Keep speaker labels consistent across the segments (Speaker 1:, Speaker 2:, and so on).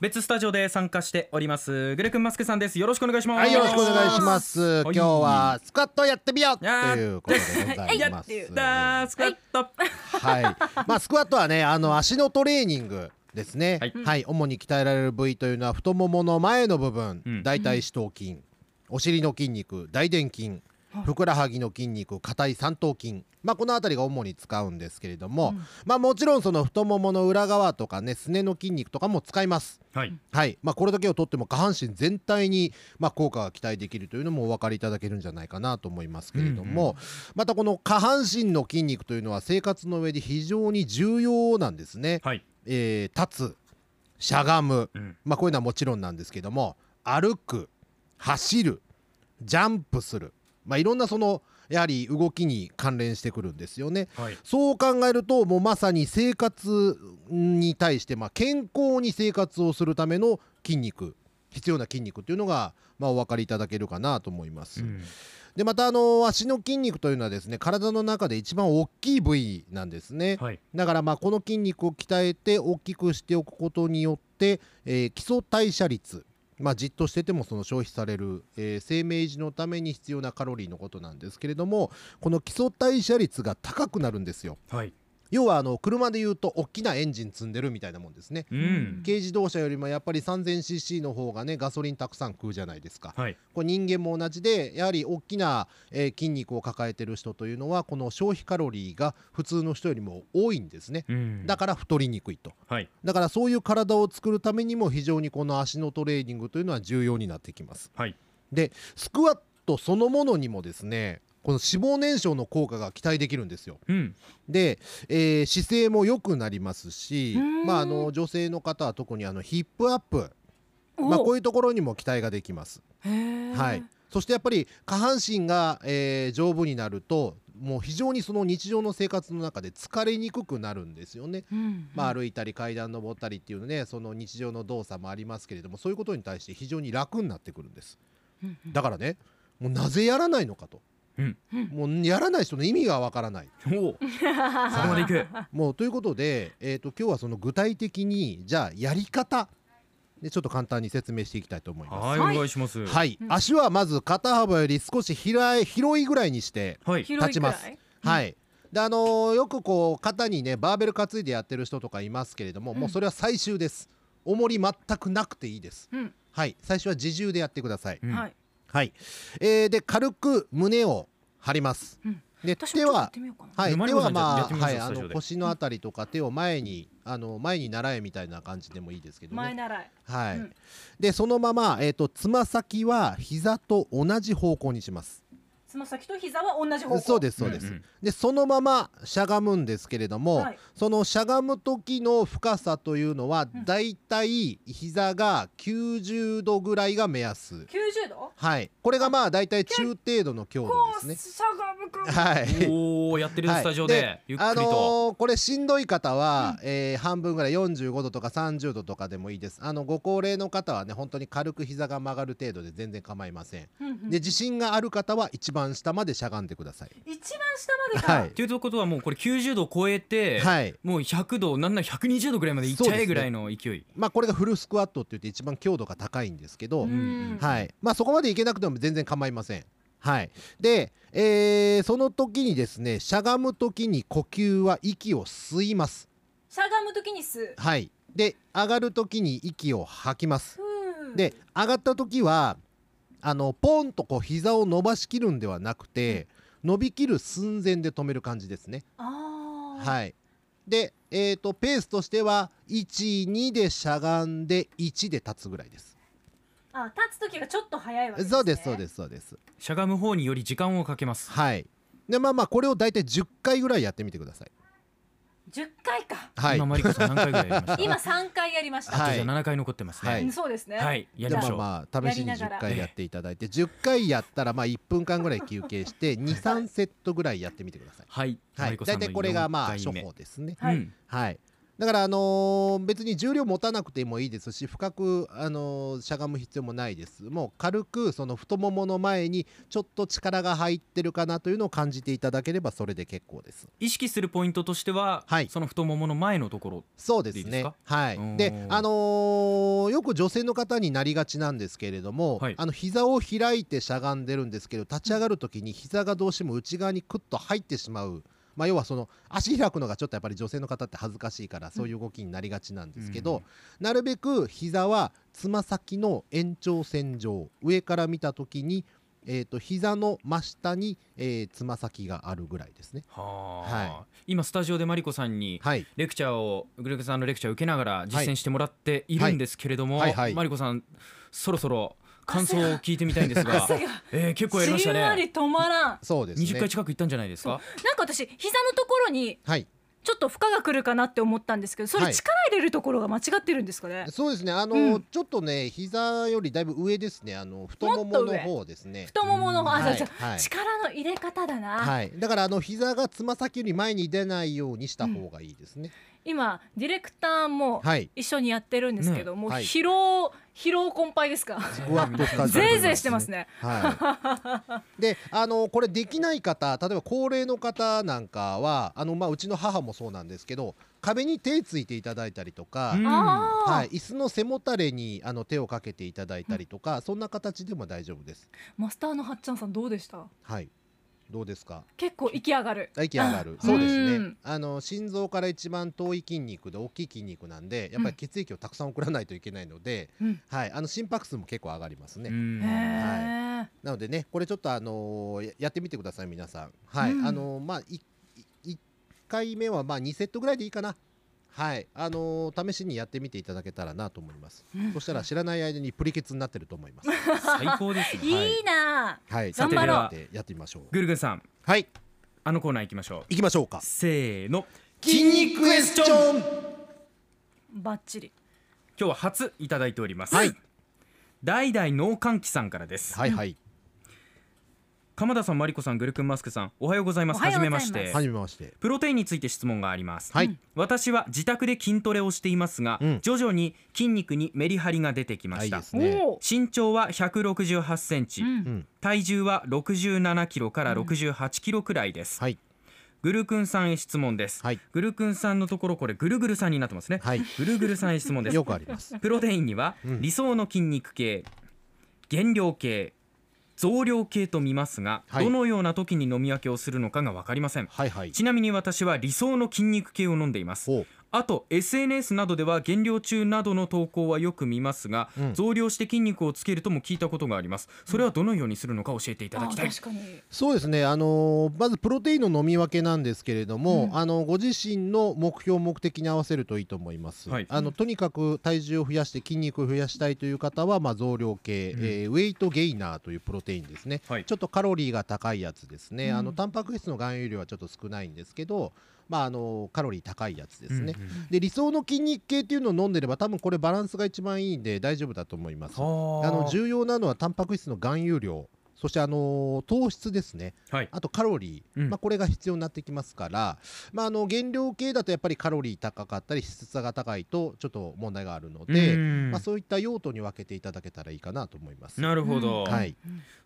Speaker 1: 別スタジオで参加しておりますグレ君マスクさんですよろしくお願いします
Speaker 2: はい、よろしくお願いしますす。今日はスクワットやってみようっていうことでございます。
Speaker 1: ダースクワット、
Speaker 2: はい、まあスクワットはね、あの足のトレーニング。ですね、
Speaker 1: は
Speaker 2: はいい、主に鍛えられる部位というのは太ももの前の部分、
Speaker 1: うん
Speaker 2: 大腿四頭筋、お尻の筋肉、大臀筋、ふくらはぎの筋肉、硬い三頭筋、まあこの辺りが主に使うんですけれども、まあもちろんその太ももの裏側とかね、すねの筋肉とかも使います。
Speaker 1: はい
Speaker 2: はい、まあこれだけをとっても下半身全体にまあ効果が期待できるというのもお分かりいただけるんじゃないかなと思いますけれども、またこの下半身の筋肉というのは生活の上で非常に重要なんですね。
Speaker 1: はい
Speaker 2: えー立つしゃがむ、
Speaker 1: うん
Speaker 2: まあ、こういうのはもちろんなんですけども歩く走るジャンプする、まあ、いろんなそのやはり動きに関連してくるんですよね。
Speaker 1: はい
Speaker 2: そう考えるともうまさに生活に対して、まあ、健康に生活をするための筋肉必要な筋肉というのが、まあ、お分かりいただけるかなと思います。
Speaker 1: うん
Speaker 2: でまたあの足の筋肉というのはですね体の中で一番大きい部位なんですね、
Speaker 1: はい
Speaker 2: だからまあこの筋肉を鍛えて大きくしておくことによって、えー基礎代謝率まあ、じっとしててもその消費される、えー生命維持のために必要なカロリーのことなんですけれどもこの基礎代謝率が高くなるんですよ
Speaker 1: はい
Speaker 2: 要はあの車で言うと大きなエンジン積んでるみたいなもんですね
Speaker 1: うん
Speaker 2: 軽自動車よりもやっぱり 3000cc の方がねガソリンたくさん食うじゃないですか
Speaker 1: はい
Speaker 2: これ人間も同じでやはり大きな、えー筋肉を抱えてる人というのはこの消費カロリーが普通の人よりも多いんですね
Speaker 1: うん
Speaker 2: だから太りにくいと
Speaker 1: はい
Speaker 2: だからそういう体を作るためにも非常にこの足のトレーニングというのは重要になってきます
Speaker 1: はい
Speaker 2: でスクワットそのものにもですねこの脂肪燃焼の効果が期待できるんですよ
Speaker 1: うん
Speaker 2: で、えー姿勢も良くなりますし
Speaker 3: うーん
Speaker 2: まああの女性の方は特にあのヒップアップまあこういうところにも期待ができますはい、そしてやっぱり下半身が、えー丈夫になるともう非常にその日常の生活の中で疲れにくくなるんですよね。 まあ、歩いたり階段登ったりっていうねその日常の動作もありますけれどもそういうことに対して非常に楽になってくるんです。だからねもうなぜやらないのかと、
Speaker 1: うん
Speaker 2: もうやらない人の意味がわからない。
Speaker 1: おおそこまでいく
Speaker 2: もうということで、えー、と今日はその具体的にじゃあやり方でちょっと簡単に説明していきたいと思います。
Speaker 1: はいお願いします
Speaker 2: はい、足はまず肩幅より少し広い広いぐらいにして、
Speaker 1: はい
Speaker 3: 広いくらい
Speaker 2: 立ちはいであのーよくこう肩にねバーベル担いでやってる人とかいますけれども、もうそれは最終です重り全くなくていいです、
Speaker 3: うん
Speaker 2: はい最初は自重でやってください、
Speaker 1: うん
Speaker 3: はい
Speaker 2: はい、えーで軽く胸を張ります、
Speaker 3: うん
Speaker 2: で手
Speaker 3: 私もちょっとやっ
Speaker 2: は
Speaker 3: てみようかな
Speaker 2: はい、
Speaker 1: マリ
Speaker 2: 手
Speaker 1: コ
Speaker 2: は
Speaker 1: さんやっ
Speaker 2: ま
Speaker 1: て
Speaker 2: あ,、
Speaker 1: みましょ
Speaker 2: は
Speaker 1: う
Speaker 2: い、
Speaker 1: ス
Speaker 2: あ
Speaker 1: タジオ
Speaker 2: の
Speaker 1: で
Speaker 2: 腰のあたりとか手を前にあの前に習えみたいな感じでもいいですけどね
Speaker 3: 前習い
Speaker 2: はい、
Speaker 3: うん
Speaker 2: でそのままえっ、とつま先は膝と同じ方向にします
Speaker 3: つま先と膝は同じ方向
Speaker 2: そうですそうです、
Speaker 1: うんうん
Speaker 2: でそのまましゃがむんですけれども、
Speaker 3: はい
Speaker 2: そのしゃがむ時の深さというのは
Speaker 3: うん
Speaker 2: だいたい膝が90度ぐらいが目安、
Speaker 3: 90度
Speaker 2: はいこれがまあだいたい中程度の強度
Speaker 3: こう
Speaker 2: ですね
Speaker 3: しゃがむく
Speaker 2: はい
Speaker 1: おおやってる
Speaker 2: はい
Speaker 1: スタジオでゆっくり
Speaker 2: あ
Speaker 1: と
Speaker 2: のーこれしんどい方は、えー半分ぐらい45度とか30度とかでもいいですあのご高齢の方はね本当に軽く膝が曲がる程度で全然構いません、
Speaker 3: うんうん
Speaker 2: で自信がある方は一番下までしゃがんでください
Speaker 3: 一番下までか、
Speaker 2: はい
Speaker 1: っていうことはもうこれ90度超えて
Speaker 2: はい
Speaker 1: もう100度なんなら120度ぐらいまでいっちゃえぐらいの勢い
Speaker 2: まあ、これがフルスクワットって言って一番強度が高いんですけど、
Speaker 3: うん
Speaker 2: はいまあ、そこまでいけなくても全然構いません。はい、で、えーその時にですねしゃがむ時に呼吸は息を吸います。
Speaker 3: しゃがむときに吸う
Speaker 2: はい、で上がる時に息を吐きます。
Speaker 3: ふう
Speaker 2: で上がった時はあのポンとこう膝を伸ばしきるんではなくて伸びきる寸前で止める感じですね。
Speaker 3: あー
Speaker 2: はい、で、えー、とペースとしては12でしゃがんで1で立つぐらいです。
Speaker 3: あ立つときがちょっと早いわけです、ね、
Speaker 2: そうですそうですそうです
Speaker 1: しゃがむ方により時間をかけます
Speaker 2: はいでまあまあこれを大体10回ぐらいやってみてください
Speaker 3: 10回か
Speaker 2: はい
Speaker 1: 今マリコさん何回ぐらいやりました
Speaker 3: 今3回やりました、
Speaker 2: はい
Speaker 1: あとじゃあ7回残ってますね
Speaker 2: はい
Speaker 3: うんそうですね
Speaker 1: はい、やりま
Speaker 2: でま
Speaker 1: し
Speaker 2: あ
Speaker 1: ょう。
Speaker 2: まあ試しに
Speaker 3: やりながら
Speaker 2: 10回やっていただいて10回やったらまあ1分間ぐらい休憩して23セットぐらいやってみてください
Speaker 1: はい、
Speaker 2: はい大体これがまあ
Speaker 1: 四
Speaker 2: 処
Speaker 1: 回目
Speaker 2: 方ですね
Speaker 3: はい
Speaker 1: うん
Speaker 2: はいだから、あのー別に重量持たなくてもいいですし深く、あのーしゃがむ必要もないですもう軽くその太ももの前にちょっと力が入ってるかなというのを感じていただければそれで結構です
Speaker 1: 意識するポイントとしては、
Speaker 2: はい
Speaker 1: その太ももの前のところ
Speaker 2: そうですね
Speaker 1: でいいですか
Speaker 2: はい
Speaker 1: うん
Speaker 2: であのーよく女性の方になりがちなんですけれども、
Speaker 1: はい
Speaker 2: あの膝を開いてしゃがんでるんですけど立ち上がる時に膝がどうしても内側にクッと入ってしまう。まあ、要はその足開くのがちょっとやっぱり女性の方って恥ずかしいからそういう動きになりがちなんですけど、なるべく膝はつま先の延長線上上から見た時に、えー、と膝の真下にえーつま先があるぐらいですね。
Speaker 1: は
Speaker 2: は
Speaker 1: 今スタジオでマリコさんに
Speaker 2: はい、
Speaker 1: レクチャーをグレグさんのレクチャーを受けながら実践してもらっているんですけれども、
Speaker 2: はいはいはい
Speaker 1: マリコさんそろそろ感想を聞いてみたいんですが
Speaker 3: 汗が
Speaker 1: えー、結構やりまし
Speaker 3: じ
Speaker 1: た
Speaker 3: んわ
Speaker 1: ね
Speaker 3: り止まらん
Speaker 2: そうですね
Speaker 1: 20回近く行ったんじゃないですか
Speaker 3: なんか私膝のところに
Speaker 2: はい
Speaker 3: ちょっと負荷が来るかなって思ったんですけどそ
Speaker 2: は
Speaker 3: れ
Speaker 2: い
Speaker 3: 力入れるところが間違ってるんですかね、
Speaker 2: そうですね。あの、
Speaker 3: うん
Speaker 2: ちょっとね、膝よりだいぶ上ですね。あの太ももの方ですね。
Speaker 3: 太もものあ、
Speaker 2: はい
Speaker 3: そうそう
Speaker 2: はい
Speaker 3: 力の入れ方だな、
Speaker 2: はい。だからあの膝がつま先より前に出ないようにした方がいいですね。
Speaker 3: 今ディレクターも
Speaker 2: はい。
Speaker 3: 一緒にやってるんですけど、もう
Speaker 2: はい
Speaker 3: 疲労、疲労困憊ですか
Speaker 2: スクワットスタ ジオ
Speaker 3: ぜいぜいしてますね
Speaker 2: はい。で、あのこれできない方、例えば高齢の方なんかは、あのまあうちの母もそうなんですけど、壁に手ついていただいたりとか。
Speaker 1: うん
Speaker 3: ああ、
Speaker 2: はい、椅子の背もたれにあの手をかけていただいたりとか、そんな形でも大丈夫です。
Speaker 3: マスターのはっちゃんさんどうでした
Speaker 2: はい、どうですか。
Speaker 3: 結構息上がる
Speaker 2: 息上がる
Speaker 1: あ
Speaker 2: そうです
Speaker 3: う
Speaker 2: ね
Speaker 3: ん
Speaker 2: あの心臓から一番遠い筋肉で大きい筋肉なんでやっぱり血液をたくさん送らないといけないので、
Speaker 3: うん
Speaker 2: はい、あの心拍数も結構上がりますね、
Speaker 1: うん
Speaker 3: へえ、
Speaker 2: なのでねこれちょっとあのーややってみてください皆さんはい、
Speaker 3: うん
Speaker 2: あのーまあいい1回目はまあ2セットぐらいでいいかなはいあのー試しにやってみていただけたらなと思います、
Speaker 3: うん
Speaker 2: そしたら知らない間にプリケツになってると思います
Speaker 1: 最高ですね
Speaker 3: いいな
Speaker 2: はい
Speaker 3: 頑張ろう
Speaker 2: ということでやってみましょう
Speaker 1: グルグンさん
Speaker 2: はい
Speaker 1: あのコーナー行きましょう
Speaker 2: 行きましょうか
Speaker 1: せーの
Speaker 2: 筋肉クエスチョン
Speaker 3: バッチリ
Speaker 1: 今日は初いただいております、
Speaker 2: はい
Speaker 1: 代々脳換気さんからです、
Speaker 2: はいはい
Speaker 1: 鎌田さんマリコさんグルクンマスクさんおはようございます
Speaker 3: おはようござ
Speaker 1: め
Speaker 3: いま
Speaker 1: ますして
Speaker 2: はじめまして
Speaker 1: プロテインについて質問があります、
Speaker 2: はい、
Speaker 1: 私は自宅で筋トレをしていますが、
Speaker 2: うん
Speaker 1: 徐々に筋肉にメリハリが出てきま
Speaker 2: あい
Speaker 1: し
Speaker 2: い
Speaker 1: た、
Speaker 2: ですね。
Speaker 3: おー
Speaker 1: 身長は168センチ、
Speaker 3: うん
Speaker 2: うん、
Speaker 1: 体重は67キロから68キロくらいです、
Speaker 2: はい、
Speaker 1: グルクンさんへ質問です、
Speaker 2: はい、
Speaker 1: グルクンさんのところこれぐるぐるさんになってますね、
Speaker 2: はい、
Speaker 1: ぐるぐるさんへ質問です
Speaker 2: よくあります。
Speaker 1: プロテインには
Speaker 2: うん
Speaker 1: 理想の筋肉系、減量系増量系と見ますが、
Speaker 2: はい
Speaker 1: どのような時に飲み分けをするのかが分かりません
Speaker 2: はい、 はい。
Speaker 1: ちなみに私は理想の筋肉系を飲んでいます
Speaker 2: お、
Speaker 1: あと SNS などでは減量中などの投稿はよく見ますが、
Speaker 2: うん
Speaker 1: 増量して筋肉をつけるとも聞いたことがありますそれはどのようにするのか教えていただ
Speaker 3: あ
Speaker 1: きたい
Speaker 3: 確かに
Speaker 2: そうですね。あのーまずプロテインの飲み分けなんですけれども、
Speaker 3: うん
Speaker 2: あのご自身の目標目的に合わせるといいと思います。
Speaker 1: はい
Speaker 2: あのとにかく体重を増やして筋肉を増やしたいという方は、まあ増量系、えーウェイトゲイナーというプロテインですね。
Speaker 1: はい
Speaker 2: ちょっとカロリーが高いやつですね。
Speaker 3: うん
Speaker 2: あのタンパク質の含有量はちょっと少ないんですけど、まああのカロリー高いやつですね。
Speaker 1: うんうん
Speaker 2: で理想の筋肉系っていうのを飲んでれば多分これバランスが一番いいんで大丈夫だと思います。
Speaker 1: はあ
Speaker 2: あの重要なのはタンパク質の含有量そして、あのー糖質ですね
Speaker 1: はい
Speaker 2: あとカロリー、
Speaker 1: うん
Speaker 2: まあ、これが必要になってきますから、まあ、あの減量系だとやっぱりカロリー高かったり質差が高いとちょっと問題があるの
Speaker 1: う
Speaker 2: で、
Speaker 1: ん
Speaker 2: まあ、そういった用途に分けていただけたらいいかなと思います。
Speaker 1: なるほど、
Speaker 3: うん
Speaker 2: はい、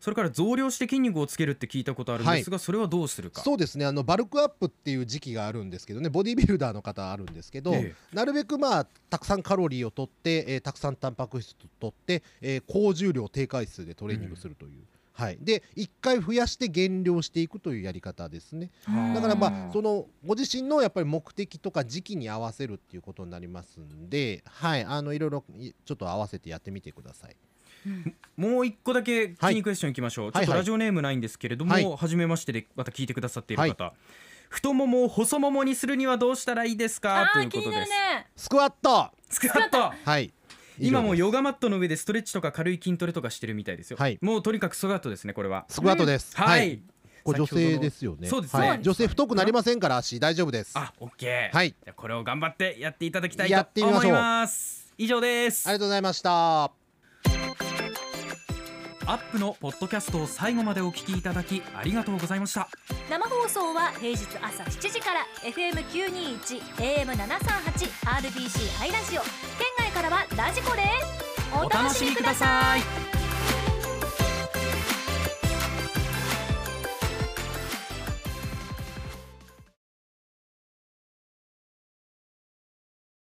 Speaker 1: それから増量して筋肉をつけるって聞いたことあるんですが、それはどうするか
Speaker 2: そうですねあのバルクアップっていう時期があるんですけどねボディビルダーの方あるんですけど、
Speaker 1: え
Speaker 2: なるべくまあたくさんカロリーを取って、えーたくさんタンパク質を取って、えー高重量低回数でトレーニングするという、はい、で1回増やして減量していくというやり方ですね
Speaker 1: うん
Speaker 2: だからま
Speaker 3: う
Speaker 2: あ
Speaker 3: ん
Speaker 2: そのご自身のやっぱり目的とか時期に合わせるっていうことになりますんで、はい、あのいろいろいちょっと合わせてやってみてください。
Speaker 1: もう一個だけ筋肉クエスチョンいきましょう、
Speaker 2: はいはい
Speaker 1: ちょっとラジオネームないんですけれども、
Speaker 2: は
Speaker 1: はい初めましてでまた聞いてくださっている方、太ももを細ももにするにはどうしたらいいです
Speaker 3: あ
Speaker 1: かとい
Speaker 3: ー
Speaker 1: うこ
Speaker 3: 気に
Speaker 1: と
Speaker 3: な
Speaker 1: で
Speaker 3: る
Speaker 1: す、
Speaker 3: ね
Speaker 2: スクワット
Speaker 1: スクワット
Speaker 2: はい
Speaker 1: 今も
Speaker 2: 以上で
Speaker 1: ヨガマットの上でストレッチとか軽い筋トレとかしてるみたいですよ、
Speaker 2: はい
Speaker 1: もうとにかくスクワットですねこれは
Speaker 2: すスクワットです、
Speaker 1: はい、
Speaker 2: これ女性ですよね。
Speaker 1: そうですね
Speaker 2: はい女性太くなりませんから足大丈夫です。あ
Speaker 1: あオッケー、
Speaker 2: はい
Speaker 1: じゃあこれを頑張ってやっていただきたい
Speaker 2: やって
Speaker 1: と
Speaker 2: みましょう
Speaker 1: 思います以上です
Speaker 2: りがとうございました。
Speaker 1: アップのポッドキャストを最後までお聞きいただきありがとうございました
Speaker 3: 生放送は平日朝7時から FM921 AM738 RBC ハイラジオ県外からはラジコで
Speaker 1: お楽しみください